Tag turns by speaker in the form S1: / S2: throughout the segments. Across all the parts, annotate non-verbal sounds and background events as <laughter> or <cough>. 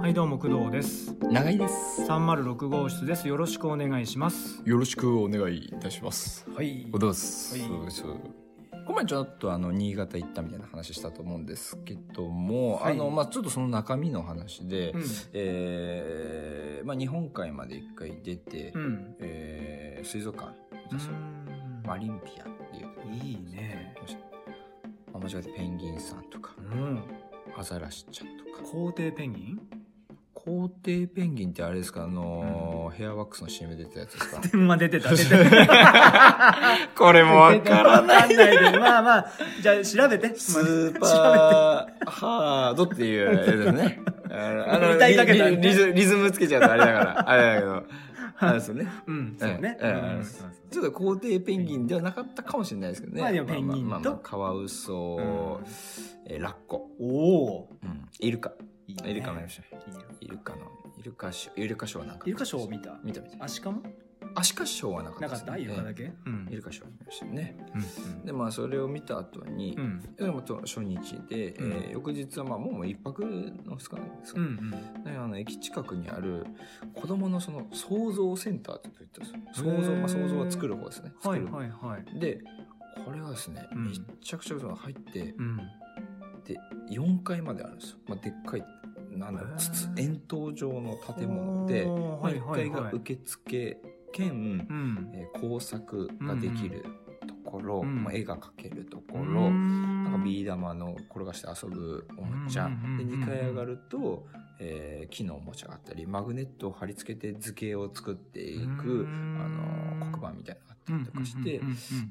S1: はいどうも工藤です
S2: 長いです
S1: 306号室ですよろしくお願いします
S2: よろしくお願いいたします
S1: はい
S2: おどうす、
S1: はい
S2: そうですこの前ちょっとあの新潟行ったみたいな話したと思うんですけども、
S1: はい
S2: あのまあちょっとその中身の話で、
S1: うん
S2: えーまあ、日本海まで一回出て、
S1: うん
S2: えー水族館
S1: う
S2: 行ったし
S1: ん
S2: マリンピアっていう
S1: いいね
S2: 行きましたまあ間違えてペンギンさんとか
S1: うん
S2: アザラシちゃんとか
S1: 皇帝ペンギン
S2: 皇帝ペンギンってあれですかあのーヘアワックスの CM 出てたやつですか
S1: 電話出 <laughs> てた出てた
S2: <laughs> これもわからない
S1: ないけどまあまあじゃあ調べて
S2: スーパーハードっていうあれですね。あの
S1: 歌いかけたね
S2: リリズリズムつけちゃうとあれだから、あれだけど。あれですよね。
S1: うんそうね
S2: ええええ
S1: うんそうそう
S2: ちょっと皇帝ペンギンではなかったかもしれないですけどね。
S1: まあでもペンギンと
S2: まあまあまあカワウソ、えーラッコ、
S1: おお
S2: うんイルカ。
S1: いいね
S2: イルカもいました。イルカの、イルカショー、イルカショーはなんか。
S1: イルカショーを見た
S2: 見た見た。
S1: アシカも
S2: アシカショーはなかった
S1: な
S2: で
S1: か
S2: す
S1: っ
S2: ね、
S1: たイルカだけう
S2: ええイ
S1: ん
S2: ルカショー見ましたね。
S1: うん
S2: で、まあそれを見た後に、
S1: うん
S2: でもと初日で、えー
S1: うん
S2: 翌日はまあもう一泊の二日なんです
S1: う
S2: かね、
S1: ん
S2: であの駅近くにある子供のその創造センターって言ってたんですよ
S1: へー
S2: 創造、まあ、創造は作る方ですね
S1: は
S2: 作
S1: い
S2: る、
S1: はいはい
S2: でこれがですね、
S1: うん
S2: めちゃくちゃ入って
S1: うん
S2: で4階まであるんですよ、まあ、でっかいなんだろ
S1: へ
S2: う
S1: ー
S2: 筒円筒状の建物で、
S1: ほー
S2: まあ、
S1: はい
S2: 1
S1: はい
S2: 階
S1: は
S2: が
S1: い
S2: 受付兼
S1: う、ん
S2: えー工作ができるところ、
S1: うん
S2: まあ、絵が描けるとこ
S1: な
S2: ろ、なんかビー玉の転がして遊ぶおもちゃ、
S1: うんうんうんうん
S2: で2階上がると、えー木のおもちゃがあったりマグネットを貼り付けて図形を作ってい
S1: う
S2: く、
S1: ん
S2: あの黒板みたいなのがあったりとかして、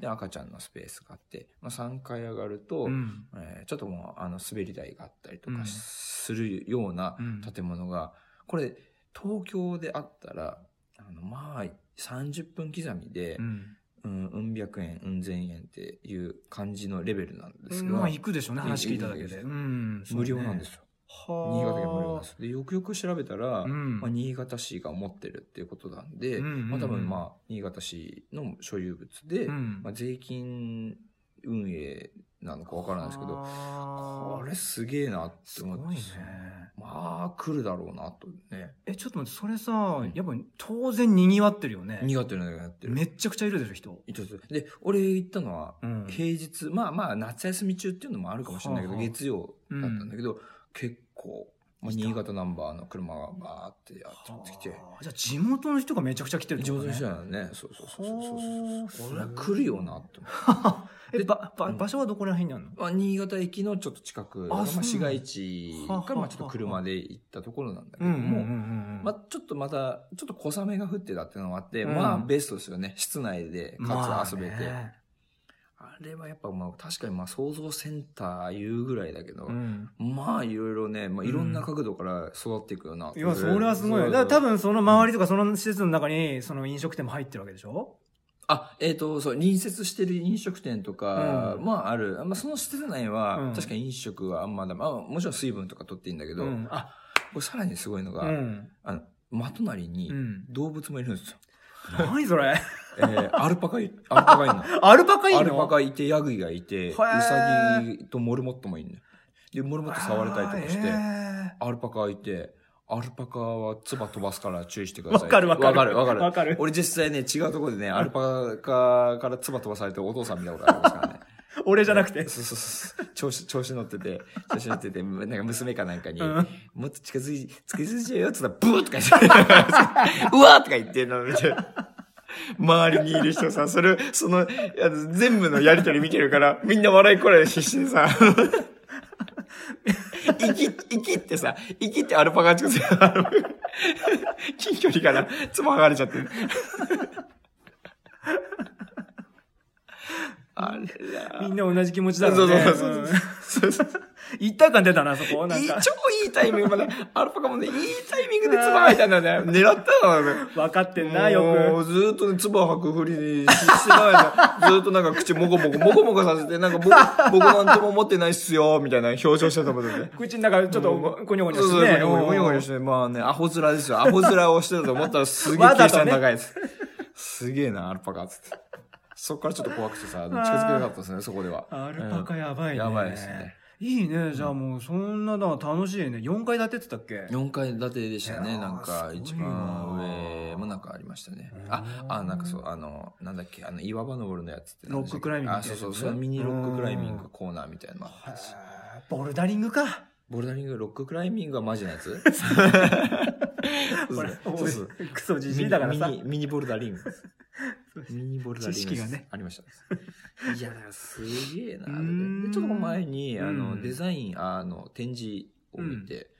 S2: で赤ちゃんのスペースがあって、まあ、3階上がると、えーちょっともうあの滑り台があったりと
S1: うん
S2: かするような
S1: うん
S2: 建物が、これ東京であったらあのまあ30分刻みで、うん、うん百円、うん千円っていう感じのレベルなんですが、
S1: まあ行くでしょうね
S2: いい
S1: 話聞いただけ
S2: いい
S1: で
S2: いい
S1: うん
S2: 無料なんです
S1: よ
S2: よ。新
S1: 新
S2: 潟県無料なんです。で、よくよく調べたら、
S1: うん
S2: まあ、新潟市が持ってるっていうことなんで、
S1: うんうんうん
S2: まあ、多分まあ、新潟市の所有物で、
S1: うん
S2: まあ、税金運営なのかわからないですけど、
S1: ど
S2: これすげえなっ
S1: す
S2: て
S1: ご
S2: 思
S1: い
S2: って
S1: ね
S2: まあ、来るだろうなとね。
S1: えちょっと待ってそれさ
S2: ん
S1: やっぱ当然にぎわってるよね
S2: 新潟のやってる。
S1: めっちゃくちゃいるでしょ人
S2: 一つで、俺行ったのは、
S1: うん
S2: 平日、まあまあ夏休み中っていうのもあるかもしれないけど、
S1: はあはあ
S2: 月曜だったんだけど、結構、まあ、新潟ナンバーの車がバーってやってきて、
S1: はあじゃあ地元の人がめちゃくちゃ来てるってこ
S2: 上
S1: と
S2: 手
S1: ね
S2: にしたよね。そうそうそうそう
S1: ほう
S2: そうそう。これは来るよなって思って。
S1: えばば
S2: うん
S1: 場所はどこら辺にあるの
S2: まあ、新潟駅のちょっと近く、
S1: あ
S2: まあ、
S1: そうなんだ
S2: 市街地からまあちょっと車で行ったところなんだけども、
S1: ん
S2: まあ、ちょっとまた、ちょっと小雨が降ってたっていうのもあって、
S1: うん
S2: まあベストですよね。室内で、かつ遊べて。
S1: まあね
S2: あれはやっぱまあ確かにまあ想像センターいうぐらいだけど、
S1: うん
S2: まあいろいろね、まあ、いろんな角度から育っていくよな、
S1: いや、それはすごいよ。だから多分その周りとかその施設の中に、その飲食店も入ってるわけでしょ
S2: あえっ、とそう隣接してる飲食店とか、
S1: うん
S2: まあある、まあ、その施設内は、
S1: うん
S2: 確かに飲食はあんまだ、まあ、もちろん水分とか取っていいんだけど、
S1: うん
S2: あこれさらにすごいの
S1: う
S2: が、
S1: ん。
S2: あの真隣に
S1: うん。
S2: 動物もいるんですよ、
S1: 何それ
S2: えーアルパカいアルパカいんの
S1: アルパカいいの
S2: アルパカいてヤギがいてウ
S1: ー
S2: サギとモルモットもいんの、でモルモット触れたりとかして、
S1: あ
S2: アルパカいて、アルパカは唾飛ばすから注意してく
S1: ー
S2: ださい。
S1: わかるわかる。
S2: わかるわかる。
S1: わかる。
S2: 俺実際ね、違うところでね、アルパカから唾飛ばされてお父さん見たことありますからね。
S1: 俺じゃなくて。
S2: そうそうそう。調子、調子乗ってて、調子乗ってて、なんか娘かなんかに、
S1: うん
S2: もっと近づい、近づいちゃうよって言ったら、ブーとか言って、うわーとか言ってんの、みたいな。周りにいる人さ、それ、その、あの全部のやりとり見てるから、みんな笑いこらえて必死でさ、生き、生きってさ、生きってアルパカ近づいて、あの近距離から、つまがれちゃってる。あれだ。
S1: みんな同じ気持ちだろうね。
S2: そうそうそうそうそう。
S1: うん一体感出たな、そこ。ないん
S2: い
S1: か。
S2: 超いいタイミングまで、アルパカもね、いいタイミングで唾吐いたんだよね。狙ったのよね。
S1: 分かってんな、よ
S2: く。ずーっとね、唾吐くふりしてないの。ずーっとなんか口もこもこ、もこもこさせて、なんか僕、僕なんとも思ってないっすよ、みたいな表情してたもんね。
S1: く。口の中ちょっとゴニョゴニョ
S2: そう
S1: し
S2: そう、
S1: てね。
S2: ゴニョゴニョゴニョして、まあね、アホ面ですよ。アホ面をしてたと思ったらすげえ
S1: わざ
S2: 傾
S1: とね
S2: 斜高いです。すげえな、アルパカ、つって。そっからちょっと怖くてさ、近づけなかったですね、そこでは。
S1: アルパカやばいね。
S2: やばいですね。
S1: いいね。じゃあもう、そんなの楽しいね。4階建てってたっけ
S2: 4階建てでした
S1: い
S2: ね。
S1: やー
S2: なん
S1: す
S2: か
S1: ごい、な
S2: 一番上もなんかありましたね。あ、あ、なんかそう、あの、なんだっけ、あの、岩場登るのやつってなんだっ
S1: ロッ
S2: け
S1: ククライミング
S2: あ、そうそう、そのミニロッククライミングコーナーみたいな。
S1: あーボルダリングか。
S2: ボルダリング、ロッククライミングはマジなやつ
S1: <laughs> ほら、
S2: そうそう。
S1: おいクソじじいだからさ
S2: ミ。ニミニミニボルダリング。ミニボルダリング。
S1: 知識がね。
S2: ありました。いや、だからすげえな。
S1: う
S2: で
S1: ーん
S2: ちょっと前に、あ
S1: う
S2: の、
S1: ん
S2: デザイン、あの、展示を見て、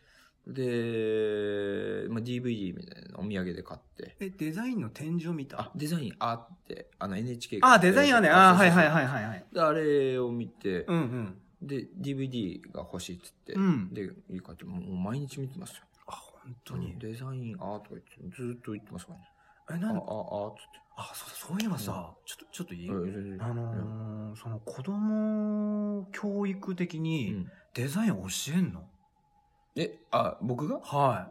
S2: で、まあ、DVD みたいなのお土産で買って、
S1: え、デザインの天井見
S2: あ
S1: た、
S2: デザイン、あって、あの NHK
S1: あ、デザインはね。あー、はいはい
S2: い。
S1: はいはいはい。
S2: であれを見て
S1: う、んうん。
S2: で、DVD が欲しいっつって
S1: う、ん。
S2: で、いいかって、もう毎日見てますよ。
S1: あ、本当に。
S2: デザイン、あーとか言って、ずーっと言ってますからね。
S1: え、
S2: あ、あ、
S1: な
S2: あ
S1: ん
S2: ーっつって。
S1: あ、そうだそういえばさ、ちょっと、ちょっといい
S2: うん全然
S1: あのー、その子供教育的
S2: う
S1: に
S2: ん
S1: デザイン教えんの
S2: え、あ、僕が
S1: は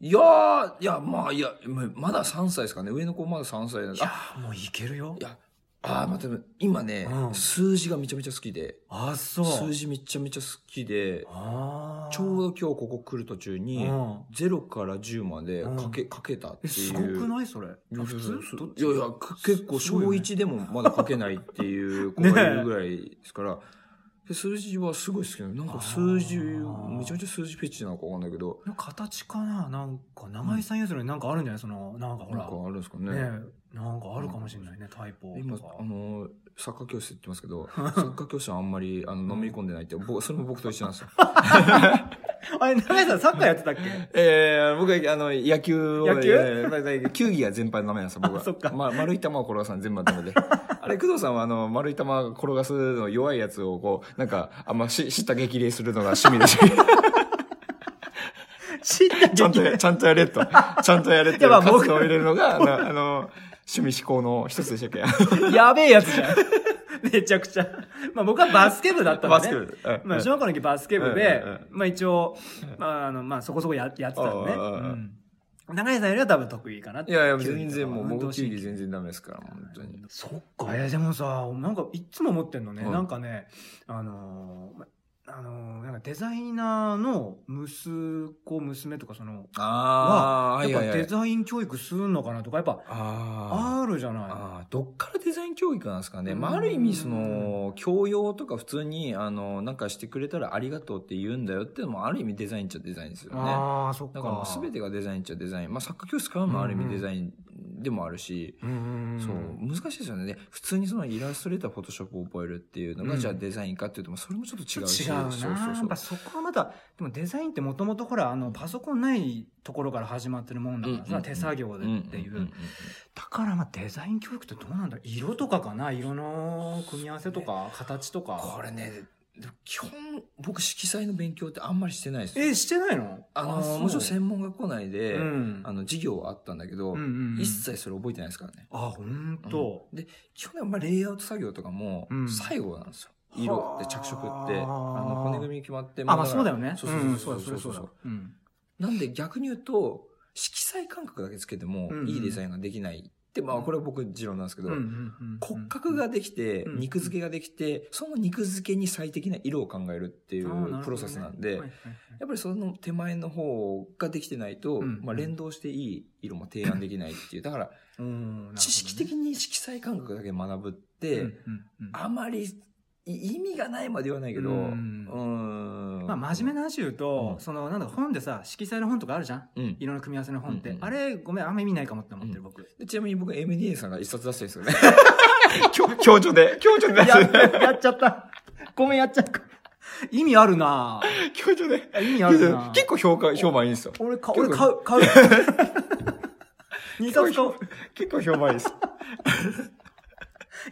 S1: い
S2: やー、いや、まあ、いや、ままだ3歳ですかね。上の子まだ3歳な
S1: い。
S2: ん
S1: い
S2: で。
S1: や
S2: あ、
S1: ー、もういけるよ
S2: い。や、あー、待って、今ね、
S1: うん
S2: 数字がめちゃめちゃ好きで、
S1: あ、そう。
S2: 数字めちゃめちゃ好きで、
S1: あー
S2: ちょうど今日ここ来る途中に、
S1: うん
S2: 0から10までかけ、かけたって
S1: え、
S2: いう。
S1: すごくないそれ。
S2: いや
S1: あ普通どっち
S2: いやいや、く結構
S1: すごい
S2: 小
S1: よね
S2: 1でもまだ書けないっていう子がいるぐらいで
S1: <laughs>
S2: すから、で数字はすごい好きなの。なんか数字、
S1: あー
S2: めちゃめちゃ数字フェチなのかわかんないけど、
S1: 形かななんか、長井さん譲りになんかあるんじゃないその、なんかほ
S2: なん
S1: ら。
S2: か
S1: ね
S2: あるんですか
S1: え
S2: ね。
S1: なんかあるかもしれないね、タイプ
S2: 今
S1: とか、
S2: あ。のー、サッカー教室って言ってます
S1: <laughs>
S2: けど、サッカー教室はあんまりあののめり込んでないって、ぼそれも僕と一緒なんで
S1: <laughs>
S2: すよ。
S1: あれ、長井さんサッカーやってたっけ
S2: えー、僕はあの野球を、
S1: 野球
S2: えーま <laughs> あだ球技は全般ダメなんですよ、僕は。
S1: あそっか
S2: ま、丸い球を転がすのは全般
S1: <laughs>
S2: ダメで。あれ、工藤さんはあの、丸い球を転がすの弱いやつをこう、なんか、あんまし、知った激励するのが
S1: <laughs>
S2: 趣味でし
S1: 知った
S2: ちゃんと
S1: い
S2: や、ちゃんとやれ
S1: <laughs>
S2: と。ちゃんとやれってい
S1: や
S2: う
S1: まあ僕
S2: 活動を入れるのが、あの、あの趣味思考の一つでした
S1: <laughs>
S2: っけ
S1: やべえやつじゃん。 <laughs> めちゃくちゃ。まあ僕はバスケ部だったのね。
S2: バスケ部うん
S1: まあ小学校の時バスケ部で
S2: うんうん、
S1: まあ一応、まああの、まあそこそこややってたのね。
S2: うんうんう
S1: うん長井さんよりは多分得意かなって
S2: い
S1: い
S2: やいや、
S1: 球技
S2: 全然も
S1: とか
S2: う、
S1: 運動
S2: 僕球
S1: 神経
S2: 技全然ダメですから、本当に。
S1: そっか。いや、でもさ、なんか、いっつも思ってんのね。
S2: うん
S1: なんかね、あのーまあのーなんかデザイナーの息子、娘とかその、
S2: あー、はい
S1: や
S2: は
S1: っ
S2: い
S1: ぱ
S2: はい
S1: デ。ザイン教育するのかなとか、やっぱ、
S2: あー。
S1: あるじゃな
S2: ああ、どっからデザイン教育なんですかね。
S1: うん
S2: まあ、ある意味、その、教養とか普通に、あの、なんかしてくれたらありがとうって言うんだよってのも、ある意味デザインっちゃデザインです
S1: い。
S2: よね。
S1: ああ、そっか。
S2: だからもう全てがデザインっちゃデザイン。まあ、サッカー教室からもある意味デザインでもあるし、
S1: うんうんうん、
S2: そう、難しいですよね。で普通にそのイラストレーター、フォトショップを覚えるっていうのが、
S1: うん
S2: じゃあデザインかっていうと、まあそれもちょっと違
S1: 違
S2: うし。
S1: うな
S2: そうそう
S1: や
S2: そ
S1: っ
S2: う
S1: ぱ。そこはまだでもデザインってもともとほらあのパソコンないところから始まってるもんだからさ、手作業でっていう、
S2: んんんん
S1: だからまあデザイン教育ってどうなんだろう色とかかな色の組み合わせとか形とか
S2: これね、でも基本、僕、色彩の勉強ってあんまりしてないですよ。
S1: えしてないの
S2: あの
S1: そう
S2: もちろん専門学校内で、
S1: うん
S2: あの授業はあったんだけど、
S1: うんうんうん
S2: 一切それ覚えてないですからね。
S1: あ本当、
S2: うんで基本的にまあレイアウト作業とかも
S1: うん
S2: 最後なんですよ、
S1: は
S2: 色
S1: あ
S2: で着色ってあの骨組み決まって
S1: あまあそうだよね
S2: そうそうそ
S1: そうう
S2: そ
S1: そうう
S2: そ
S1: そうう
S2: そ
S1: そうう、うん、
S2: なんで逆に言うと色彩感覚だけつけても
S1: うんうん
S2: いいデザインができないって、まあこれは僕持論なんですけど、
S1: うんうんうん
S2: 骨格ができて、
S1: うん
S2: 肉付けができて、その肉付けに最適な色を考えるってい
S1: あーなるほど
S2: う
S1: ね
S2: プロセスなんで、
S1: はいはいはい
S2: やっぱりその手前の方ができてないと、
S1: うん
S2: まあ、連動していい色も提案で <laughs> きないっていう。だから、
S1: うんなるほどね
S2: 知識的に色彩感覚だけ学ぶって、
S1: うんうんうん
S2: あまりい意味がないまで言わないけど、う
S1: うんん。
S2: ま
S1: まあ、真面目な
S2: な。
S1: 話言うと、
S2: うん
S1: そのなんだ本でさ色彩の本とかあるじゃん
S2: うん。
S1: 色の組み合わせの本って、
S2: うんうん
S1: あれごめんあんま意味ないかもって思ってる、僕
S2: でちなみに僕 MDA さんが一冊出してるん <laughs> ですよね。強強調で、強 <laughs> 調で出してる。
S1: やっちゃったごめんやっちゃった意味あるなぁ
S2: 強調で。
S1: 意味あるなぁ
S2: <laughs> 結構評価、評判いいんですよ。
S1: 俺か
S2: 結
S1: 俺買
S2: 構
S1: う買う二冊買うい
S2: <laughs> 結構評判いいです。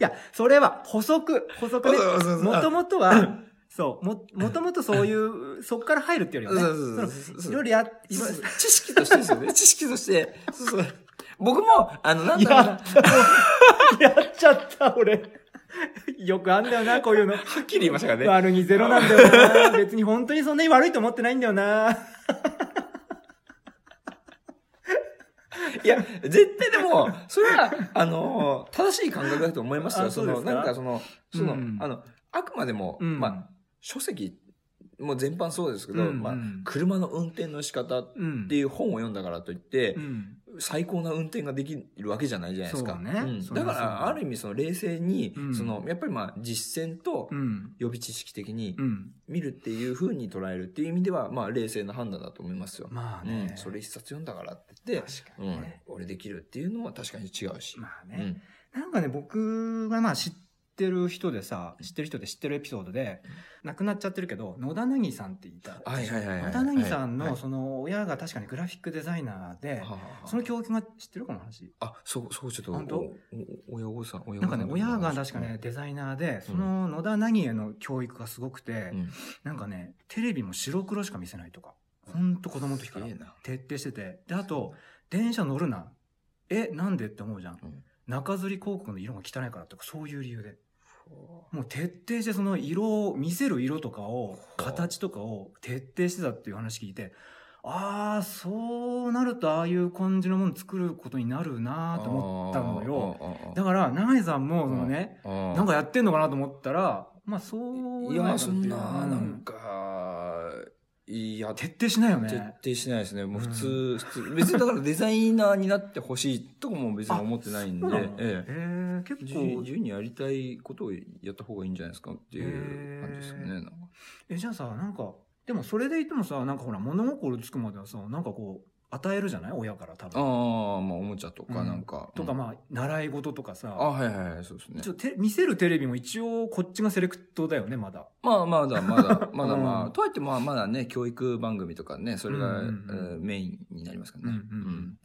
S1: やそれは補足補足ね
S2: そうそうそう
S1: もともとはそうももともとそういうそっから入るってよりはね
S2: そうそうそう
S1: その
S2: そう
S1: いろいろやい
S2: そ
S1: ろ
S2: う
S1: いろ
S2: そう知識としてですよね。知識として。そうそう。僕も、あの、なんだろう
S1: やっ。ちゃっ
S2: な
S1: た。やっちゃった、俺。よくあんだよな、こういうの。
S2: はっきり言いましたからね。
S1: 悪にゼロなんだよな。別に本当にそんなに悪いと思ってないんだよな。
S2: いや、絶対で
S1: <laughs>
S2: も、それは、あの、正しい感覚だと思いますよ。
S1: あ
S2: そ
S1: そうで
S2: の、
S1: すか
S2: なんかその、その、
S1: うん
S2: あの、あくまでも、
S1: うん
S2: まあ、書籍もう全般そうですけど、
S1: うん
S2: まあ
S1: うん、
S2: 車の運転の仕方っ
S1: うん
S2: ていう本を読んだからといって、
S1: うん
S2: 最高な運転ができるわけじゃないじゃないですか。
S1: そうね
S2: ん
S1: それ
S2: だ
S1: は
S2: か
S1: そうだ
S2: ら、ある意味、その冷静に、
S1: うん
S2: その、やっぱりまあ、実践と
S1: うん
S2: 予備知識的に
S1: うん
S2: 見るっていう風に捉えるっていう意味では、まあ、冷静な判断だと思いますよ。
S1: まあ
S2: うん
S1: ね、
S2: それ一冊読んだからって言って、
S1: 確か
S2: う
S1: に
S2: ん
S1: ね、
S2: 俺できるっていうのは確かに違うし。
S1: まあね、なんかね、僕がまあ知ってる人でさ、知ってる人で知ってるエピソードで、亡くなっちゃってるけど、野田凪さんって言った。
S2: うんはいはいはいはい。
S1: 野田凪さん
S2: はい
S1: の
S2: はい
S1: その親が確かにグラフィックデザイナーで、
S2: はあはあ
S1: その教育が知ってるこの話。
S2: あ、そう、そう、ちょっと、
S1: 本当
S2: おお親御さん、親御
S1: な
S2: さ
S1: んかね、親が確かね、、デザイナーで、その野田凪への教育がすごくて、
S2: うん、
S1: なんかね、テレビも白黒しか見せないとか、ほんと子供の時から
S2: すげえな
S1: 徹底してて、で、あと、電車乗るな。え、なんでって思うじゃん。
S2: うん
S1: 中吊り広告の色が汚いからとか、そういう理由で。もう徹底してその色を、見せる色とかを、形とかを徹底してたっていう話聞いて、ああ、そうなるとああいう感じのもの作ることになるなーと思ったのよ。
S2: よ
S1: だから、永井さんもそのね、
S2: な
S1: なんかやってんのかなと思ったら、まあそう
S2: い
S1: ない
S2: や、
S1: か
S2: そ
S1: って
S2: ん
S1: う
S2: な、
S1: う
S2: なんか、いや、
S1: 徹底しないよ
S2: 徹
S1: ね。
S2: 底しないですね。もう普通、
S1: う
S2: 普通。別にだからデザイナーになってほしいとかも別に思ってないんで
S1: そうなの、
S2: ええ。
S1: えー、結
S2: 自由
S1: 構
S2: 自由にやりたいことをやった方がいいんじゃないですかっていう感じですよね。
S1: へえ
S2: なんか
S1: えじゃあさなんかでもそれで言ってもさなんかほら物心つくまではさなんかこう与えるじゃない親から多
S2: ああ、
S1: 分
S2: まあおもちゃとかなんか。
S1: とか
S2: うん
S1: まあ習い事とか
S2: あ、
S1: さ
S2: はいはいはい、そうですね
S1: ち。ょて見せるテレビも一応こっちがセレクトだよねまだ
S2: まあまだ
S1: <laughs>
S2: まだ、まだま
S1: う
S2: あ。
S1: ん
S2: とはいってまあまだね、教育番組とかね、それが
S1: う
S2: え
S1: んうんうん
S2: ーメインになりますからね。
S1: うんうんうん
S2: うん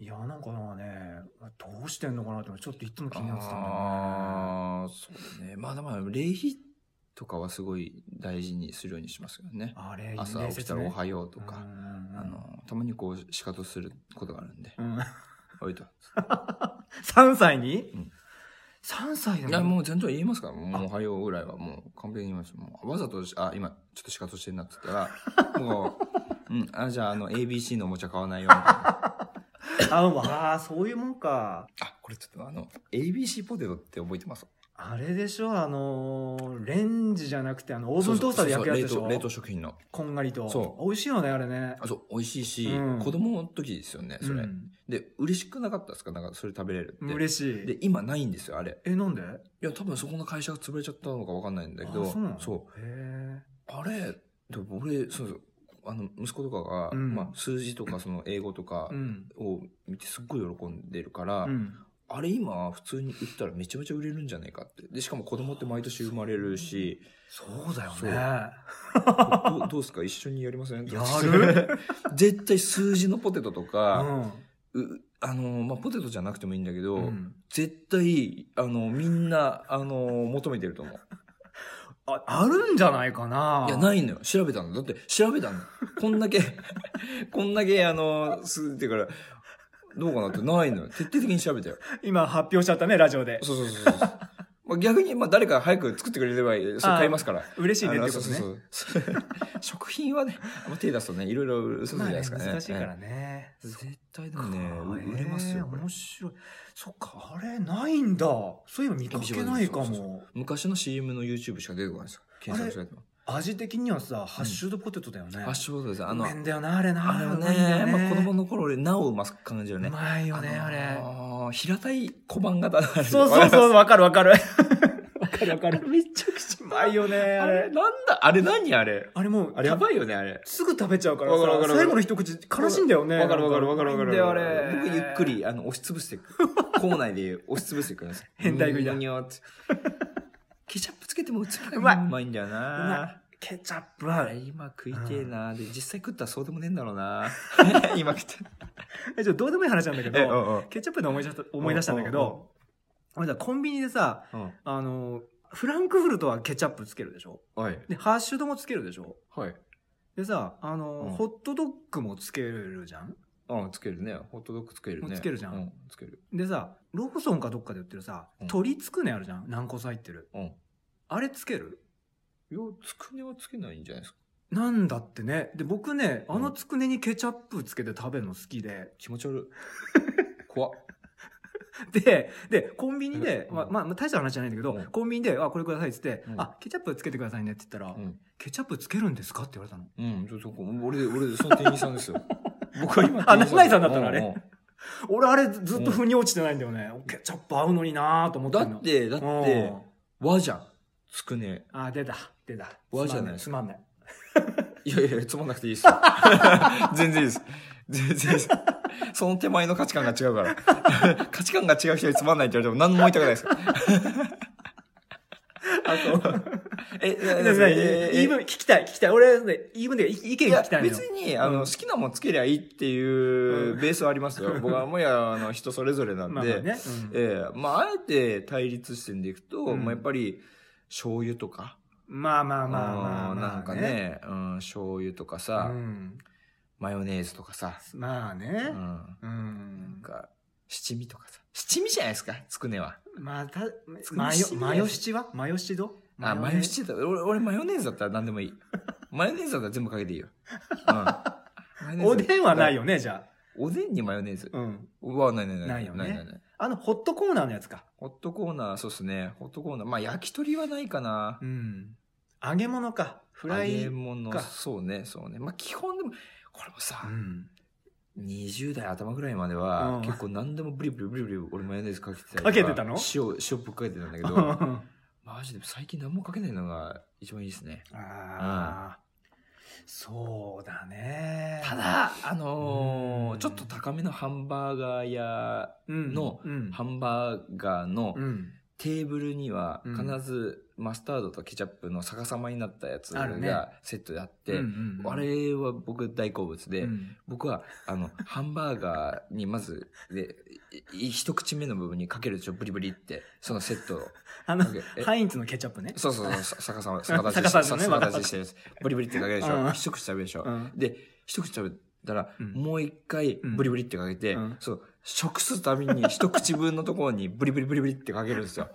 S1: いやなんかまあねどうしてんのかなってちょっといつも気になってたんだよね
S2: ああ、そうね。まあでも、礼儀とかはすごい大事にするようにしますよね。
S1: あれ
S2: 朝起きたらおはようと
S1: う
S2: か、
S1: ん
S2: あの、たまにこう、仕方することがあるんで、
S1: うん、
S2: おいと。
S1: 3歳に、
S2: うん
S1: 3歳だ
S2: いや、もう全然言いますから、もうおはようぐらいはもう完璧に言います。もうわざとし、あ、今、ちょっと仕方してんなって言 <laughs> ったら、もう、うん、あ、じゃあ、あの、ABC のおもちゃ買わ <laughs> ないよみたいな。
S1: あわあそういうもんか
S2: あ、これちょっとあの、ABC ポテトって覚えてます
S1: あれでしょあのーレンジじゃなくてあのオーブントースターで焼くやつでしょ
S2: そうそうそう冷凍冷凍食品の。
S1: こんがりと。
S2: そう
S1: 美味しいよね、あれね。
S2: あ、そう、美味しいし、
S1: うん
S2: 子供の時ですよね、それ。
S1: うん
S2: で、嬉しくなかったですかなんか、それ食べれるって。
S1: 嬉しい。
S2: で、今ないんですよ、あれ。
S1: え、なんで
S2: いや、多分そこの会社が潰れちゃったのかわかんないんだけ
S1: あ
S2: ど、
S1: そうなの
S2: そう。
S1: へ
S2: あれ、でも俺、そうそう、あの、息子とかが、
S1: うん
S2: まあ、数字とか、その、英語とか
S1: え。うん。
S2: を見てすっごい喜んでるから、
S1: うん。
S2: あれ今、普通に売ったらめちゃめちゃ売れるんじゃないかって。で、しかも子供って毎年生まれるし、
S1: <laughs> そうだよ
S2: そう
S1: ね。
S2: どどうすか一緒にやりません
S1: やる
S2: <laughs> 絶対数字のポテトと
S1: う
S2: か、
S1: ん。
S2: うあのまあ、ポテトじゃなくてもいいんだけど、
S1: うん
S2: 絶対あのみんなあの求めてると思う
S1: あ、あるんじゃないかない
S2: やないのよ調べたのだって調べたのこんだけ <laughs> こんだけあのすってからどうかなってないのよ徹底的に調べたよ
S1: 今発表しちゃったね、ラジオで。
S2: そうそうそうそうまあ逆に、まあ、誰か早く作ってくれればいいそれ買いますから
S1: 嬉しいねってこと
S2: あの
S1: ね。
S2: そうそ
S1: <laughs>
S2: うそう食品はねあんま手出すとねいろいろ嘘するじ
S1: まあ
S2: ゃない
S1: ね
S2: ですかね
S1: 難しいからね。
S2: ええ絶対でもね売れますよ
S1: へ
S2: こ
S1: え
S2: れ
S1: 面白い。そっか、あれ、ないんだ。そういえば見かけないか
S2: そうそう
S1: も。
S2: 昔の CM の YouTube しか出てこないですよ検索されても
S1: 味的にはさ、ハッシュドポテトだよね。
S2: あそうですあ
S1: う
S2: の
S1: めえんだよな、あれな。
S2: あれは
S1: うまいんだ
S2: ね、
S1: よ
S2: まあ、子供の頃よりなおうまく感じるね。
S1: うまいよね、あれ。
S2: のー平たい小判型のあれ
S1: そうそうそう、わかるわかる。わかるわか <laughs> る。
S2: めちゃくちゃ
S1: う
S2: う
S1: まいよね、
S2: あ
S1: あれ。
S2: れ、なんだ、あれ何あれ。
S1: あれもう、
S2: あれやばいよね、あれ。
S1: すぐ食べちゃうから
S2: わかるわか
S1: さ、
S2: る
S1: 最後の一口悲しいんだよね。
S2: わかるわかるわかるわかる。
S1: なんあれ。
S2: 僕ゆっく。り、あの、押しつぶして
S1: <laughs>
S2: いく。校内で押しつぶしていくんですよ。
S1: 変態食いだ
S2: にょにょにょってケチャップつけてもうつう
S1: うまいう
S2: まいんだよ
S1: うま
S2: な。
S1: い。ケチャップ
S2: あ
S1: は
S2: れ。今食いてえな。で、実際食ったらそうでもねえんだろうな。 <laughs> 今食って。
S1: え、ちょっとどうでもいい話なんだけ
S2: えうん
S1: ど、
S2: うん
S1: ケチャップで思い出した思い出したんだけど、俺さ、コンビニでさ、
S2: うん
S1: あの、フランクフルトはケチャップつけるでしょ
S2: はい。
S1: で、ハッシュドもつけるでしょ
S2: はい。
S1: でさ、あの、
S2: うん
S1: ホットドッグもつけるじゃん
S2: うん、つけるね。ホットドッグつけるね。
S1: つけるじゃん
S2: うつける。
S1: でさ、ローソンかどっかで売ってるさ、
S2: うん
S1: 鶏つくねあるじゃん軟骨入ってる。
S2: うん。
S1: あれつける
S2: いや、つくねはつけないんじゃないですか。
S1: なんだってね。で、僕ね、
S2: うん
S1: あのつくねにケチャップつけて食べるの好きで、 <laughs>
S2: 気持ち悪い。怖っ。
S1: で、で、コンビニで、
S2: うん
S1: まあ、まあ、大した話じゃないんだけど、
S2: うん
S1: コンビニで、あ、これくださいって言って、
S2: うん
S1: あ、ケチャップつけてくださいねって言ったら、
S2: うん
S1: ケチャップつけるんですかって言われたの。
S2: うん、ちょ、そこ、俺、俺、その店員さん
S1: <laughs>
S2: ですよ。僕は今。
S1: あ中井さんだったのあれ
S2: うう
S1: 俺、あれずっと腑に落ちてないんだよね。ケチャップ合うのになぁと思って
S2: だ
S1: んの
S2: っ、て、だっ
S1: うん
S2: て、和じゃん。つくね。
S1: あ、出た、出た。
S2: 和じゃない
S1: つまんない。
S2: いやいや、つまんなくていいで
S1: <laughs>
S2: すよ。全然いいです。全然いいです。その手前の価値観が違うから。価値観が違う人につまんないって言われても何も言いたくないですから。
S1: つまんないあと、
S2: え、
S1: ねねね言い分聞きたい、聞きたい。俺、ね、言い分で意意見
S2: い
S1: 聞
S2: や
S1: きたいのよ
S2: 別。にあの、
S1: うん
S2: 好きなもんつけりゃいいっていうベースはありますよ、僕はもやあの人それぞれなんで、
S1: まあまあね。うん
S2: ええまああえて対立視点でいくと、
S1: うん
S2: まあ、やっぱり醤油とか、
S1: まあまあまあまあ
S2: うん
S1: まあ、
S2: なんかね、うん、醤油とか
S1: う
S2: さ、
S1: ん。
S2: マヨネーズとかさ、
S1: まあ
S2: う
S1: ね。
S2: ん、
S1: う
S2: なん
S1: ん。
S2: か七味とかさ七味じゃないですかつくねは、
S1: まあ、た、
S2: つくね
S1: マヨ
S2: 七、味
S1: マヨ七はマヨ七ど
S2: あマヨ七味だったら俺俺マヨネーズだったら何で
S1: <laughs>
S2: もいいマヨネーズだったら全部かけていいよ、うんマヨネーズ
S1: おでんはないよね、じゃ
S2: おでんにマヨネーズ
S1: あ。うん。
S2: はないないない
S1: ないよね
S2: ない
S1: あの、ホットコーナーのやつか。
S2: ホットコーナー、そうっすね。ホットコーナー。まあ、焼き鳥はないかな
S1: う。ん。揚げ物か。フライ。
S2: 揚げ物
S1: か。
S2: そうね、そうね。まあ、基本でも、これも
S1: う
S2: さ、
S1: ん。
S2: 20代頭ぐらいまでは、
S1: うん
S2: 結構何でもブリブリブリブリ俺マヨネーズかけてたりと
S1: かけてたの
S2: 塩、塩ぶっかけてたんだけ <laughs> ど、
S1: あ
S2: マジで最近何もかけないのが一番いいですね。
S1: あ。そうだね。
S2: た、だ、あの
S1: う
S2: ー
S1: ん
S2: ちょっと高めのハンバーガーや、の
S1: うん、
S2: ハンバーガーの
S1: うん。
S2: テーブルには
S1: うん
S2: 必ずマスタードとケチャップの逆さまになったやつ
S1: あるね
S2: がセットであっ
S1: う
S2: て、
S1: んうん
S2: あれは僕大好物で、
S1: うん
S2: 僕はあのハンバーガーにまずでいい一口目の部分にかけるでしょブリブリってそのセットを
S1: あの
S2: かけるえ
S1: ハインツのケチャップね。
S2: そうそうそうさ逆さま
S1: 逆
S2: 逆
S1: さ
S2: 立
S1: まねわかっ
S2: ちして逆
S1: た
S2: 立ちしてるやつブリブリってかけるでしょ、
S1: うん
S2: 一口食べるでしょ、
S1: うん
S2: で一口食べたら、
S1: うん
S2: もう一回
S1: うん
S2: ブリブリってかけて、
S1: うん
S2: そう食すたびに一口分のところにブリブリブリブリってかけるんですよ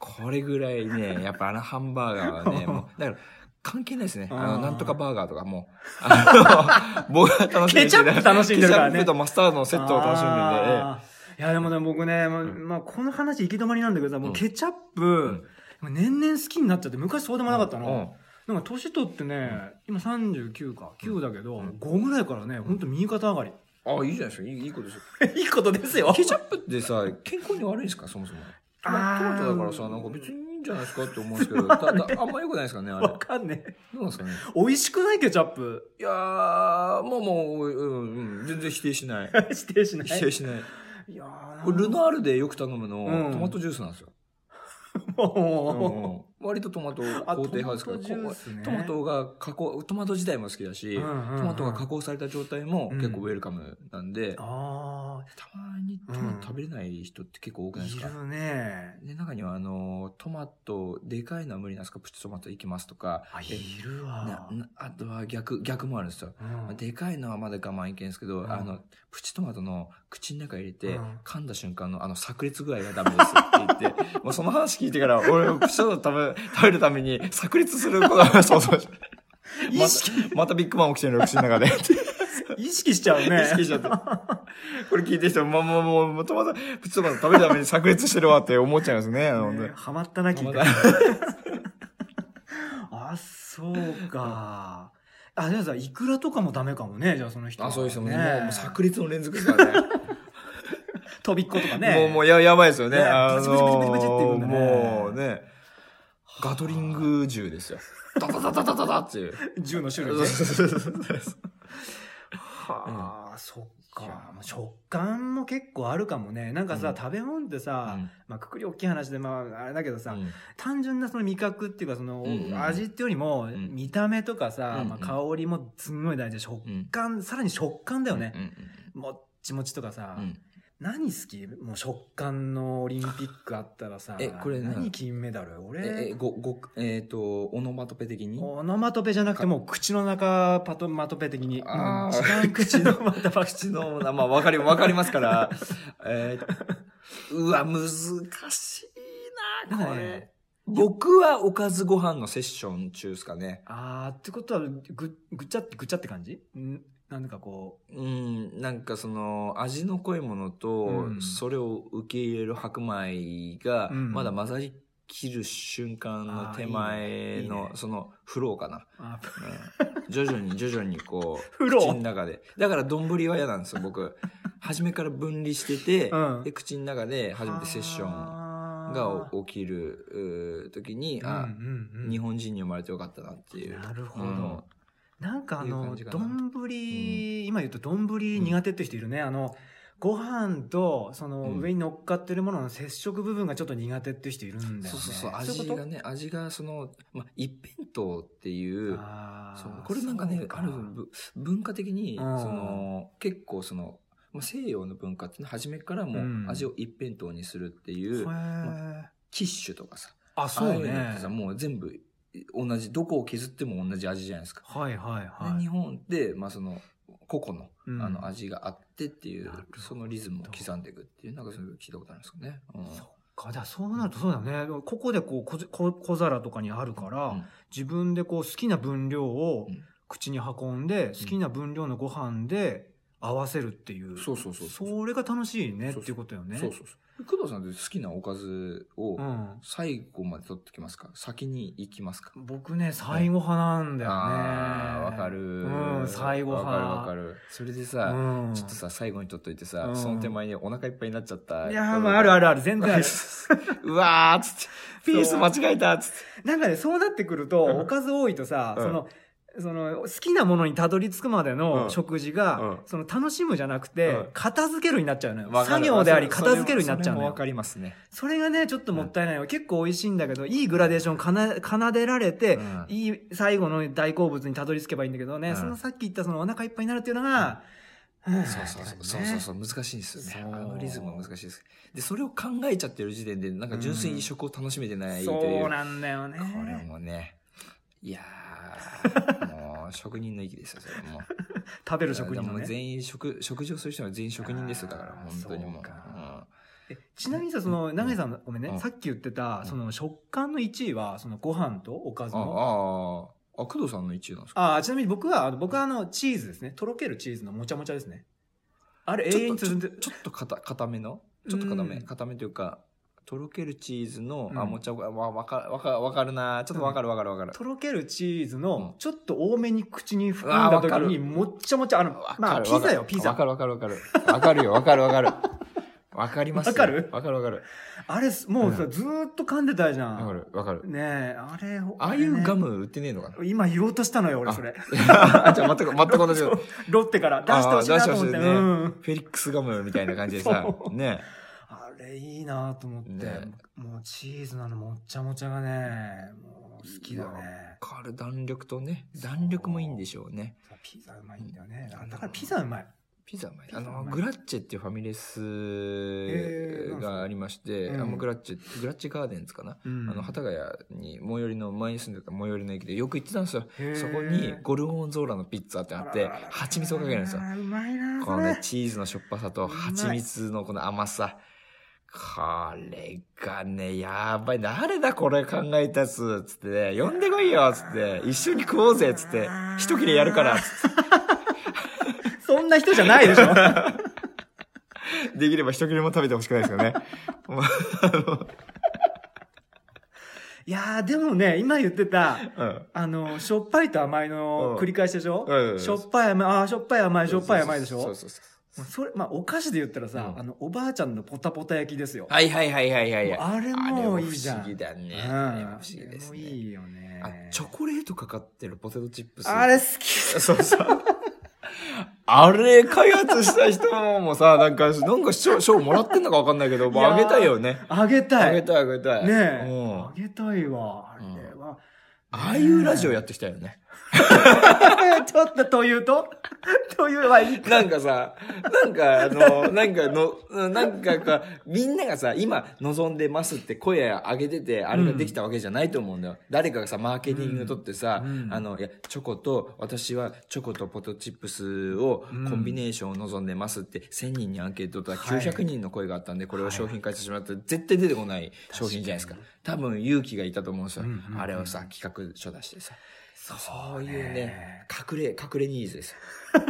S2: これぐらいねやっぱあのハンバーガ
S1: <laughs>
S2: ーはねもうだから関係ないですね。あ
S1: あー
S2: の、なんとかバーガーとかもう、あの、僕 <laughs> が楽しんでる
S1: ケチャップ楽しんでるからね
S2: ケチャップとマスタードのセットを楽しんでるんで、ええ
S1: あーいや、でもね、僕ね、まあ、
S2: ん
S1: まあこの話行き止まりなんだけどさ、もう
S2: うん
S1: ケチャップ、年々好きになっちゃって、昔そうでもなかったの。なんか年取ってね、今39か、9だけど、
S2: うん
S1: 5ぐらいからね、ほんと右肩上がり。
S2: うん。あ、いいじゃないですか。いい <laughs> いいことですよ。
S1: いいことですよ
S2: ケチャップってさ、健康に悪いんですか、そもそも。ト
S1: あー
S2: マトだからさ、なんか別にいいんじゃないですかって思うんですけど、たたあんま良くないですかね、あれ。
S1: わ
S2: ど
S1: かんねえ。
S2: うなんですかね。
S1: 美味しくないケチャップ。
S2: いやー、もうもう、うん、うん全然否定
S1: <laughs>
S2: しない。
S1: 否定しない。
S2: 否定しない。
S1: いやー
S2: これルナールでよく頼む
S1: う
S2: の、
S1: ん
S2: トマトジュースなんですよ。
S1: も
S2: うん割とトマト
S1: あ
S2: 肯定派ですから
S1: トマトジュースね
S2: トマトが加工トマト自体も好きだし、
S1: うんうんうん
S2: トマトが加工された状態も結構ウェルカムなんで、
S1: うあ
S2: たまにトマト食べれない人って結構多く
S1: あ、
S2: ないです
S1: い
S2: か、
S1: るね。
S2: で中にはあのトマトでかいのは無理なんですかプチトマトいきますとか
S1: あ、
S2: え
S1: いる
S2: な
S1: わ。
S2: なあとは逆逆もあるんですよ、
S1: うん
S2: でかいのはまだ我慢いけんですけど、
S1: うん
S2: あのプチトマトの口の中入れて、
S1: うん
S2: 噛んだ瞬間のあの炸裂具合がダメですって言って <laughs> もうその話聞いてから俺プチトマト食べ食べるために炸裂すること <laughs> が想像して
S1: 意識、
S2: またビッグマン起きてるの口の中で
S1: 意識しちゃうね。
S2: 意識しちゃってこれ聞いてる人もうもうもうもうトマトプチトマト食べるために炸裂してるわって思っちゃいますね本当
S1: ね
S2: に
S1: ハマったな、聞いた
S2: ハ。
S1: あ、そうか。あ、じゃあさ、イクラとかもダメかもね、じゃあその人は。
S2: あそうですよ
S1: ね
S2: ねもうもう炸裂の連続ですからね
S1: 飛びっことかね。
S2: もう、もうや、やばいですよね。
S1: ね
S2: あ
S1: ブ
S2: のー
S1: チブチブチブチブチって言うんだね
S2: もうね、ガトリング銃ですよ。ダダダダダダダっていう。
S1: 銃の種類
S2: そう
S1: ね。
S2: そうそうそう
S1: はあ、そっ
S2: いや
S1: か。まあ食感も結構あるかもね。なんかさ、
S2: うん
S1: 食べ物ってさ、まあ、くくり大きい話で、まあ、あれだけどさ、
S2: うん
S1: 単純なその味覚っていうか、その、
S2: うんうん
S1: 味っていうよりも、
S2: ん
S1: 見た目とかさ、
S2: うん
S1: まあ、香りもすんごい大事で、食
S2: うん
S1: 感、さらに食感だよね。
S2: うん
S1: もっちもちとかさ、
S2: うんうん
S1: 何好きもう食感のオリンピックあったらさ
S2: えこれな
S1: 何金メダル
S2: え、え、
S1: 俺
S2: ご、ご、えっと、オノマトペ的に
S1: オノマトペじゃなくてもう口の中パトマトペ的にうん
S2: あー
S1: 一番口の <laughs> またパクチ
S2: 口の、まあ、わかり、わかりますから、えーうわ、難しいな、これ。僕はおかずご飯のセッション中ですかね。
S1: あーってことはぐぐちゃってぐちゃって感じんなんかこ
S2: うん、なんかその味の濃いものと、
S1: うん
S2: それを受け入れる白米が、
S1: うん
S2: まだ混ざりきる瞬間の手前
S1: あーいいねい
S2: の
S1: いね
S2: そのフローかな、
S1: う、あ <laughs>
S2: うん徐々に徐々にこう
S1: フロー
S2: 口の中でだから丼は嫌なんですよ僕初めから分離してて、
S1: うん
S2: で口の中で初めてセッション
S1: ン
S2: が起きるうー時にあ、
S1: うんうん
S2: 日本人に生まれてよかったなっていう
S1: なるほど、
S2: うん
S1: なんかあ
S2: っ
S1: の
S2: ていう感じかな
S1: 丼、今言うと丼苦手って人いるね、あのご飯とその
S2: うん
S1: 上に乗っかってるものの接触部分がちょっと苦手って人いるんだよね、
S2: そうそうそう
S1: い
S2: 味
S1: こと
S2: がね味がその、まあ、一辺倒っていう
S1: あー
S2: そうこれなんか
S1: そ
S2: ね
S1: う
S2: あるぶ文化的に
S1: ん
S2: その結構そのまあ西洋の文化っていうのは初めからも
S1: うん
S2: う味を一辺倒にするってい
S1: へ
S2: う、
S1: ー
S2: キッシュとかさ
S1: あそう
S2: ああいのっ
S1: ね
S2: てさもう全部同じどこを削っても同じ味じゃないですか、
S1: はいはい
S2: で
S1: はい
S2: 日本って、まあ、その個々の,、
S1: うん
S2: あの味があってっていう
S1: なるほど
S2: そのリズムを刻んでいくっていうなんかそういうの聞いたことあるんですよね、うん
S1: そっかじゃあそうなるとそうだねここでこう小ず小小皿とかにあるから、
S2: うん
S1: 自分でこう好きな分量を
S2: うん
S1: 口に運んで、好きな分量のご飯で合わせるっていう、
S2: そうそうそうそう
S1: それが楽しいねっていうことよね。
S2: そうそうそう。工藤さんって好きなおかずを
S1: うん。
S2: 最後まで取ってきますか先に行きますか
S1: 僕ね、最後派なんだよね。
S2: あーわかる。
S1: うん、最後
S2: わ
S1: 派。
S2: かるわかる。それでさ、
S1: うん。
S2: ちょっとさ、最後に取っといてさ、
S1: うん
S2: その手前にお腹いっぱいになっちゃった。
S1: いやー、まあ、あるあ
S2: る。
S1: るある、全
S2: <laughs>
S1: 然ある。
S2: うわーっつって、ピース間違えたっつって。
S1: なんかね、そうなってくると、
S2: うん
S1: おかず多いとさ、
S2: うん
S1: その、その好きなものにたどり着くまで
S2: う
S1: の
S2: ん
S1: 食事が、
S2: うん
S1: その楽しむじゃなくて、
S2: うん
S1: 片付けるになっちゃうのよ
S2: わか
S1: 作
S2: る
S1: 業であり
S2: それ
S1: 片付けるになっちゃう
S2: それ
S1: の
S2: も
S1: よ
S2: わかりますね。
S1: それがねちょっともったいないの、結構美味しいんだけどいいグラデーションかな奏でられて、
S2: うん
S1: いい最後の大好物にたどり着けばいいんだけどね、
S2: うん
S1: そのさっき言ったそのお腹いっぱいになるっていうのが、うん
S2: そうそうそう、そうそうそう、難しいんですよね。
S1: そう
S2: あのリズムは難しいです。で、それを考えちゃってる時点で、なんか純粋に食を楽しめてないという。
S1: そうなんだよね
S2: これもね、いや
S1: <laughs>
S2: ー、もう職人の域ですよ、それもう。
S1: 食べる職人
S2: だか
S1: の
S2: らもう
S1: ね
S2: 全員食、食事をする人は全員職人ですよ、だから、
S1: あー
S2: 本当にも
S1: そう
S2: う。
S1: かえちなみにさその永井さんごめんね、
S2: うん
S1: さっき言ってた、
S2: うん
S1: その食感の1位はそのご飯とおかず
S2: うんあ
S1: の
S2: ああ、あ、工藤さんの一位なんですか
S1: ああちなみに僕はあの僕はあのチーズですねとろけるチーズのもちゃもちゃですねあれ永遠に
S2: ちょ
S1: 続
S2: っ
S1: い
S2: と
S1: て
S2: ちょっと固固めのちょっと固め、
S1: うん
S2: 固めというか、とろけるチーズの、
S1: う
S2: あ、
S1: ん
S2: もちゃわ、わわか、わか、わかるなちょっとわかるわかるわかる。
S1: とろけるチーズの
S2: うん
S1: ちょっと多めに口に含
S2: うわ
S1: ん
S2: ー
S1: だ
S2: わ
S1: 時
S2: かる
S1: にもっちゃもちゃあの
S2: わかる
S1: まあ
S2: わか
S1: ピ
S2: る
S1: ザよピ
S2: わか
S1: ザ
S2: るわかるわかる。わかるよ、わかるわかる。わかりますよ
S1: わかる
S2: わかるわかる。
S1: あれもうさ
S2: うん
S1: ずーっと噛んでたじゃ
S2: わか
S1: ん
S2: るわかる。
S1: ねえあれ
S2: ああいうガ
S1: ム
S2: ム売ってねえのかな
S1: 今言おうとしたのよ俺それ
S2: <laughs> あじゃあ
S1: <laughs>
S2: 全く、全く同じ
S1: そ
S2: こと
S1: うロッテから出してほしいなと思って
S2: あー出してほしいね
S1: うん
S2: フェリックスガムみたいな感じでさ
S1: そ、う
S2: ね。
S1: あれいいなと思って、
S2: ね
S1: もうチーズなのもっちゃもちゃがねもう好きだね
S2: いやわかる弾力とね、弾力もいいんでしょうね。
S1: ピザうまいんだよね
S2: うん
S1: だからピザうまい
S2: ピザうまい。
S1: ピザ
S2: あ
S1: うまい
S2: の、グラッチェっていうファミレ
S1: ーなん
S2: ス
S1: すか
S2: がありまして、
S1: うん
S2: あのグラッチェ、グラッチェガーデンズかな。
S1: うん
S2: あの、幡ヶ谷に、最寄りの、前に住んでた最寄りの駅でよく行ってたんですよ。
S1: へー
S2: そこに、ゴルゴンゾーラのピッツァってあって、蜂蜜をかけるんですよ
S1: あ。らうまいなそ
S2: このね
S1: れ、
S2: チーズのしょっぱさと、
S1: うまい
S2: 蜂蜜のこの甘さ。これがね、やばい。誰だこれ考えたやつ。つってね、呼んでこいよ。つって、一緒に食おうぜ。つって、一切れやるから。つっ
S1: そんな人じゃないでしょ
S2: てできれば一切れも食べてほしくないですよね。もうあの
S1: いやーでもね今言ってた
S2: うん
S1: あのしょっぱいと甘いの繰り返しでしょ、
S2: うんうん
S1: しょっぱい甘いあーしょっぱい甘いしょっぱい甘いでしょ
S2: そうそうそう
S1: もうそれまあお菓子で言ったらさ、
S2: うん
S1: あのおばあちゃんのポタポタ焼きですよ、
S2: はいはいはいはいはいはい。
S1: あれもいいじゃん
S2: あれも不思議だね。
S1: うん
S2: あれも不思議です
S1: あれも
S2: ね。
S1: いいよね
S2: あ、チョコレートかかってるポテトチップス。
S1: あれ好き
S2: そうそう。あれ、開発した人もさ、なんか、なんか賞、賞もらってんのかわかんないけど、
S1: いやー
S2: まあ、あげたいよね。
S1: あげたい。
S2: あげたい、あげたい。
S1: ねえ。
S2: うん
S1: あげたいわ。あ
S2: うん
S1: れは。
S2: ああいうラジオやってきたよね。
S1: <laughs> ちょっとというと <laughs> というはいいか。
S2: なんかさ、なんかあの、なんかの、なんかか、みんながさ、今望んでますって声上げてて、あれができたわけじゃないと思うんだよ。誰かがさ、マーケティング取ってさ、
S1: うん
S2: あの、いや、チョコと、私はチョコとポテトチップスを
S1: うん
S2: コンビネーションを望んでますって、1000人にアンケートとった
S1: はい
S2: ら900人の声があったんで、これを商品化してしまったら絶対出てこない商品じゃないですか。多分勇気がいたと思うんですよ。
S1: うんうんうん
S2: あれをさ、企画書出してさ。
S1: そ
S2: そういうね、隠れ、隠れニーズですよ。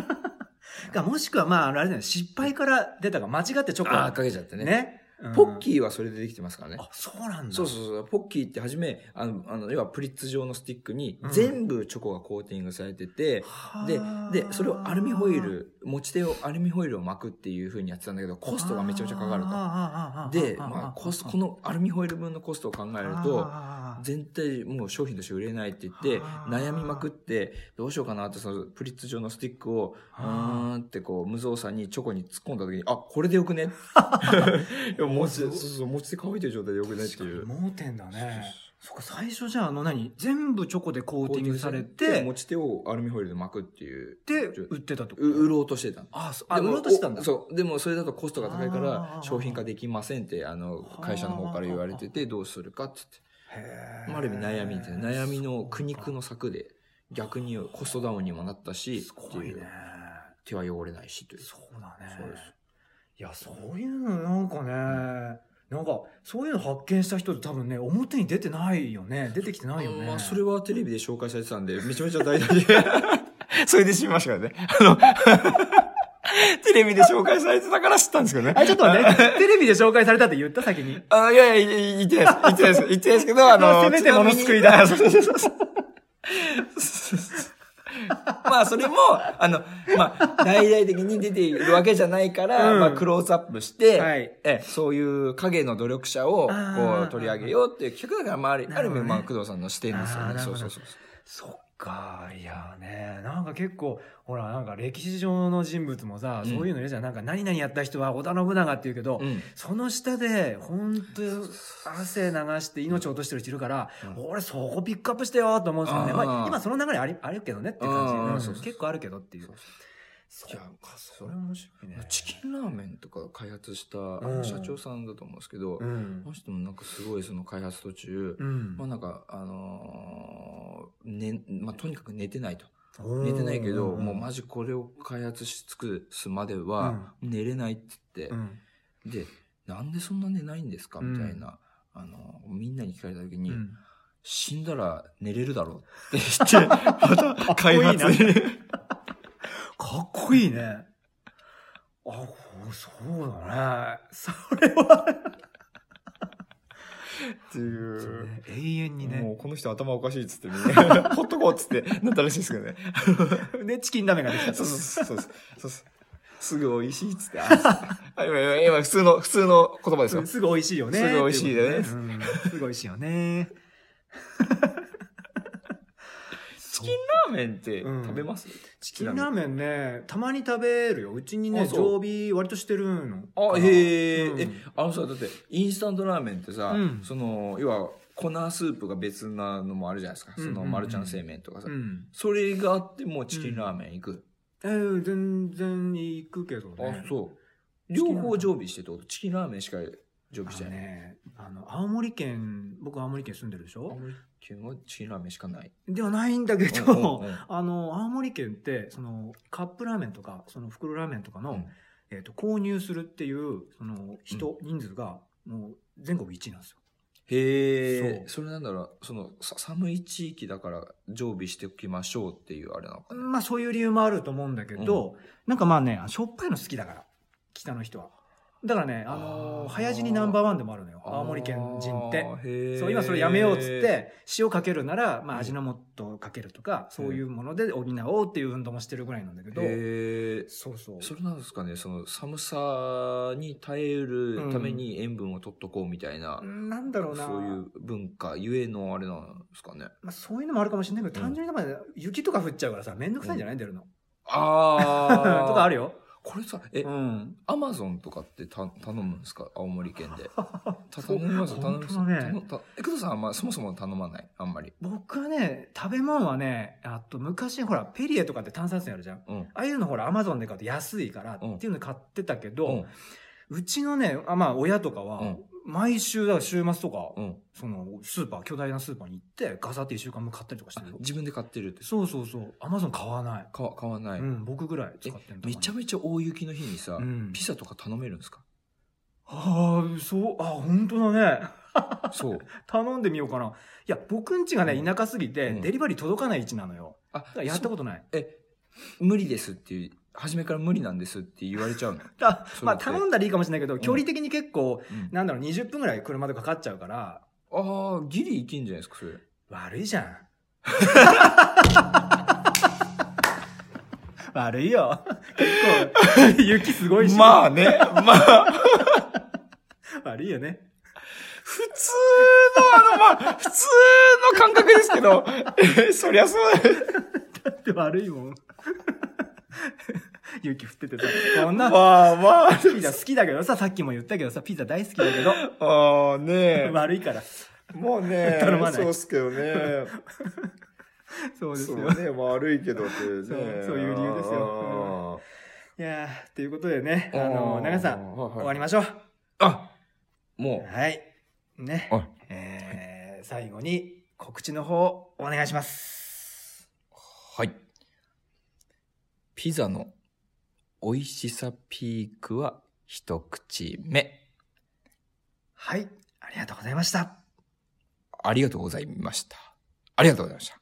S1: がもしくは、まあ、あれだよね、失敗から出たが間違ってチョコ
S2: ああ、かけちゃってね。
S1: ね。うん
S2: ポッキーはそれでできてますからね。
S1: あ、そうなんだ。
S2: そうそうそう。ポッキーって初め、あの、あの要はプリッツ状のスティックに
S1: うん
S2: 全部チョコがコーティングされてて、
S1: は
S2: で
S1: あ、
S2: で、それをアルミホイ、ル、持ち手をアルミホイルを巻くっていう風にやってたんだけど、コストがめちゃめちゃかかると。
S1: と
S2: で、まあ、コスト、このアルミホイル分のコストを考えると、
S1: と
S2: 全体もう商品として売れないって言って
S1: あー
S2: 悩みまくってどうしようかなってそのプリッツ状のスティックをうーんってこう無造作にチョコに突っ込んだ時にあこれでよくねいや持ちそうそう持ち手乾いてる状態でよくねっていう
S1: 盲点だね。そっか、最初じゃあ、あの何、全部チョコでコーティングされて、
S2: 持ち手をアルミホイルで巻くっていう
S1: で、売ってたってこと
S2: う売ろうとしてたの
S1: あ、そう、あ、
S2: で
S1: 売
S2: も
S1: ろうとしてたんだ。
S2: おそうでもそれだとコストが高いか
S1: あ
S2: ら
S1: ー
S2: 商品化できませんってあの会社の方から言われててどうするかって言って
S1: へー
S2: まあある意味悩みですね悩みの苦肉の策で逆にコストダウンにもなったし
S1: すごい
S2: って
S1: ね
S2: う。手は汚れないしという
S1: そうだね。
S2: そうです
S1: いや、そういうの、なんかね、なんか、そういうの発見した人って多分ね、表に出てないよね。出てきてないよね。
S2: まあ、それはテレビで紹介されてたんで
S1: <laughs>
S2: めちゃめちゃ大事で <laughs> それで知りましたからねあの <laughs> テレビで紹介されてたから知ったんですけどね
S1: あ、ちょっと待
S2: <laughs>
S1: って、テレビで紹介されたって言った先に。
S2: あいやいや、い言ってないです。言ってないです。言ってないですけど、あの、
S1: <laughs> せめて
S2: ちなみに <laughs>
S1: 物すくいだ
S2: そうそうそうそうまあ、それも、あの、まあ、大々的に出ているわけじゃないから、
S1: うん
S2: まあ、クローズアップして、
S1: はい
S2: ええそういう影の努力者を、こ
S1: あー
S2: う、取り上げようっていう企画だから、まあ、ある
S1: な
S2: あ
S1: る
S2: る
S1: ほ
S2: 意
S1: ど
S2: 味、
S1: ね
S2: まあ、工藤さんの視点です
S1: あ
S2: よ
S1: ー
S2: ね。
S1: なる
S2: そ
S1: ほど
S2: うそうそう。
S1: そっか、いやね、なんか結構、ほら、なんか歴史上の人物もさ、
S2: うん
S1: そういうのいるじゃん。なんか何々やった人は織田信長って言うけど、
S2: うん。
S1: その下で、本当汗流して命を落としてる人いるから、
S2: うん
S1: 俺そこピックアップしてよと思うんですよね。
S2: あー
S1: まあ、今その流れありあるけどねっていう感じ
S2: あー
S1: うん
S2: そうそう
S1: 結構あるけどっていう。そ
S2: いや
S1: うか、
S2: そ
S1: そ
S2: れ
S1: れ面白いね。
S2: チキンラーメンとか開発したあ
S1: う
S2: の
S1: ん
S2: 社長さんだと思うんですけど、
S1: う
S2: あ
S1: ん
S2: の。人もなんかすごいその開発途中、
S1: うん
S2: まあなんか、あのーね、まあとにかく寝てないと。
S1: うん
S2: 寝てないけど、
S1: ん
S2: もうマジこれを開発し尽くすまでは寝れないって言って、
S1: うん
S2: で、なんでそんな寝ないんですかみたいな、あのーみんなに聞かれた時に、
S1: うん
S2: 死んだら寝れるだろうって
S1: <laughs>
S2: 言って、 <laughs> また開発に。
S1: かっこいいね。あ、こうそうだね。それは、
S2: っていう。
S1: ね永遠に
S2: も
S1: ね。
S2: うこの人頭おかしいっつってみんな
S1: <laughs>
S2: ほっとこうっつってなったらしいですけどね。
S1: で、チキンラーメンができた。
S2: そうそうそうそうそうそう。すぐ美味しいっつって。あ今今今普通の、普通の言葉ですよ
S1: うん。すぐ美味しいよね。
S2: すぐ美味しいよ
S1: って
S2: ね
S1: うことねうんすぐ美味しいよね。
S2: チキンラーメンって食べます、
S1: チキンラーメンね、たまに食べるよ。うちにね、
S2: あそう
S1: 常備割としてるの。
S2: あ、へえ、
S1: うん
S2: え、あのさ、だって、インスタントラーメンってさ、
S1: うん
S2: その、要は、粉スープが別なのもあるじゃないですか。
S1: うん
S2: その、マルちゃん製麺とかさ。
S1: うん。
S2: それがあってもチキンラーメン行く。
S1: えー、全然行くけどね
S2: あ、。そう。
S1: チキン
S2: 両方常備してってことチキンラーメンしか常備し
S1: あ
S2: て
S1: の
S2: ない。
S1: ね、あの、青森県、僕青森県住んでるでし
S2: 青
S1: ょ
S2: 森県はチキンラーメンしかない。
S1: ではないんだけ
S2: うんうんう
S1: ど、
S2: ん
S1: あの、青森県って、その、カップラーメンとか、その袋ラーメンとかの、
S2: うん
S1: えっと、購入するっていう、その、人、人数が、もう、全国1位なんですよ。
S2: へ
S1: そ
S2: え。
S1: う
S2: それなんだろう、その、さ寒い地域だから常備しておきましょうっていうあれなのかな。
S1: まあそういう理由もあると思うんだけど、なんかまあね、しょっぱいの好きだから、北の人は。だからね、あのー
S2: あー
S1: 早死にナンバーワンでもあるのよ、青森県人って。
S2: あー。
S1: そう、今それやめようっつっ
S2: へ
S1: て、塩かけるなら、まあ
S2: うん
S1: 味の素かけるとか、そういうもので補おうっていう運動もしてるぐらいなんだけ
S2: ー。
S1: ど、
S2: へえ。
S1: そうそう。
S2: それなんですかね、その寒さに耐えるために塩分を取っとこうみたいな、
S1: なんだろうな。
S2: そういう文化ゆえのあれなんで
S1: <laughs>
S2: すかね。
S1: まあ、そういうのもあるかもしれないけど、
S2: う
S1: 単
S2: ん
S1: 純に、まあ、雪とか降っちゃうからさ、めんどくさいんじゃない出るの。
S2: あ
S1: と
S2: ー。
S1: かあるよ。
S2: これさ、え
S1: う、ん。
S2: アマゾンとかってた頼むんですか青森県
S1: <laughs>
S2: で。た頼みます頼みます
S1: 本当だね
S2: 頼むたえ、工藤さんはあんまそもそも頼まないあんまり。
S1: 僕はね、食べ物はね、あと昔ほら、ペリエとかって炭酸水あるじゃん。
S2: うん。
S1: ああいうのほら、アマゾンで買うと安いから
S2: うん
S1: っていうの買ってたけ
S2: う
S1: ど
S2: ん、。
S1: うちのね、あまあ親とか
S2: う
S1: は
S2: ん、
S1: 毎週、だから週末とか、
S2: うん。
S1: そのスーパー、巨大なスーパーに行って、ガサって一週間も買ったりとかしてるよ。
S2: 自分で買ってるって。
S1: そうそうそう。アマゾン買わない。
S2: 買わ買わない、
S1: うん、僕ぐらい使ってる
S2: めちゃ
S1: めち
S2: めちゃ大雪の日にさ、
S1: うん
S2: ピザとか頼めるんですか
S1: ああ、そう、あ、本当だね。 <laughs>
S2: そう。
S1: 頼んでみようかな。いや、僕ん家がね、
S2: うん
S1: 田舎すぎて、
S2: うん
S1: デリバリー届かない位置なのよ。
S2: あ
S1: だからやったことない。
S2: え、無理ですっていう初めから無理なんですって言われちゃうの。
S1: だ
S2: そう
S1: まあ
S2: そう
S1: 頼んだらいいかもしれないけど、距離的に結構、
S2: うん
S1: なんだろう、20分ぐらい車でかかっちゃうから、
S2: ああ、ギリいけんじゃないですか、それ。
S1: 悪いじゃ
S2: <laughs>
S1: ん。悪いよ。結構、雪すごいし。
S2: まあね、まあ、
S1: 悪いよね。 <laughs>
S2: 普通の、あの、まあ、普通の感覚ですけ
S1: <laughs>
S2: ど、えそりゃそう
S1: だって悪いもん。 <laughs> 雪降っててさ、こん
S2: だ。
S1: な、
S2: ま <laughs> あまあ、
S1: ピザ好きだけどさ、さっきも言ったけどさ、ピザ大好きだけど、
S2: ああね
S1: 悪いから。
S2: もうね
S1: 頼まない
S2: そうっすけどね。
S1: <laughs> そうです
S2: そ
S1: よ。
S2: うね、悪いけどってね。
S1: そうそういう理由ですよいやー、ということでね、あ
S2: あー
S1: の、長さん、
S2: はいはい
S1: 終わりましょう。
S2: あも
S1: はい。ね
S2: はい。
S1: えー最後に告知の方お願いします。
S2: う、はい。ピザの美味しさピークは一口目。
S1: はい。ありがとうございました。
S2: ありがとうございました。ありがとうございました。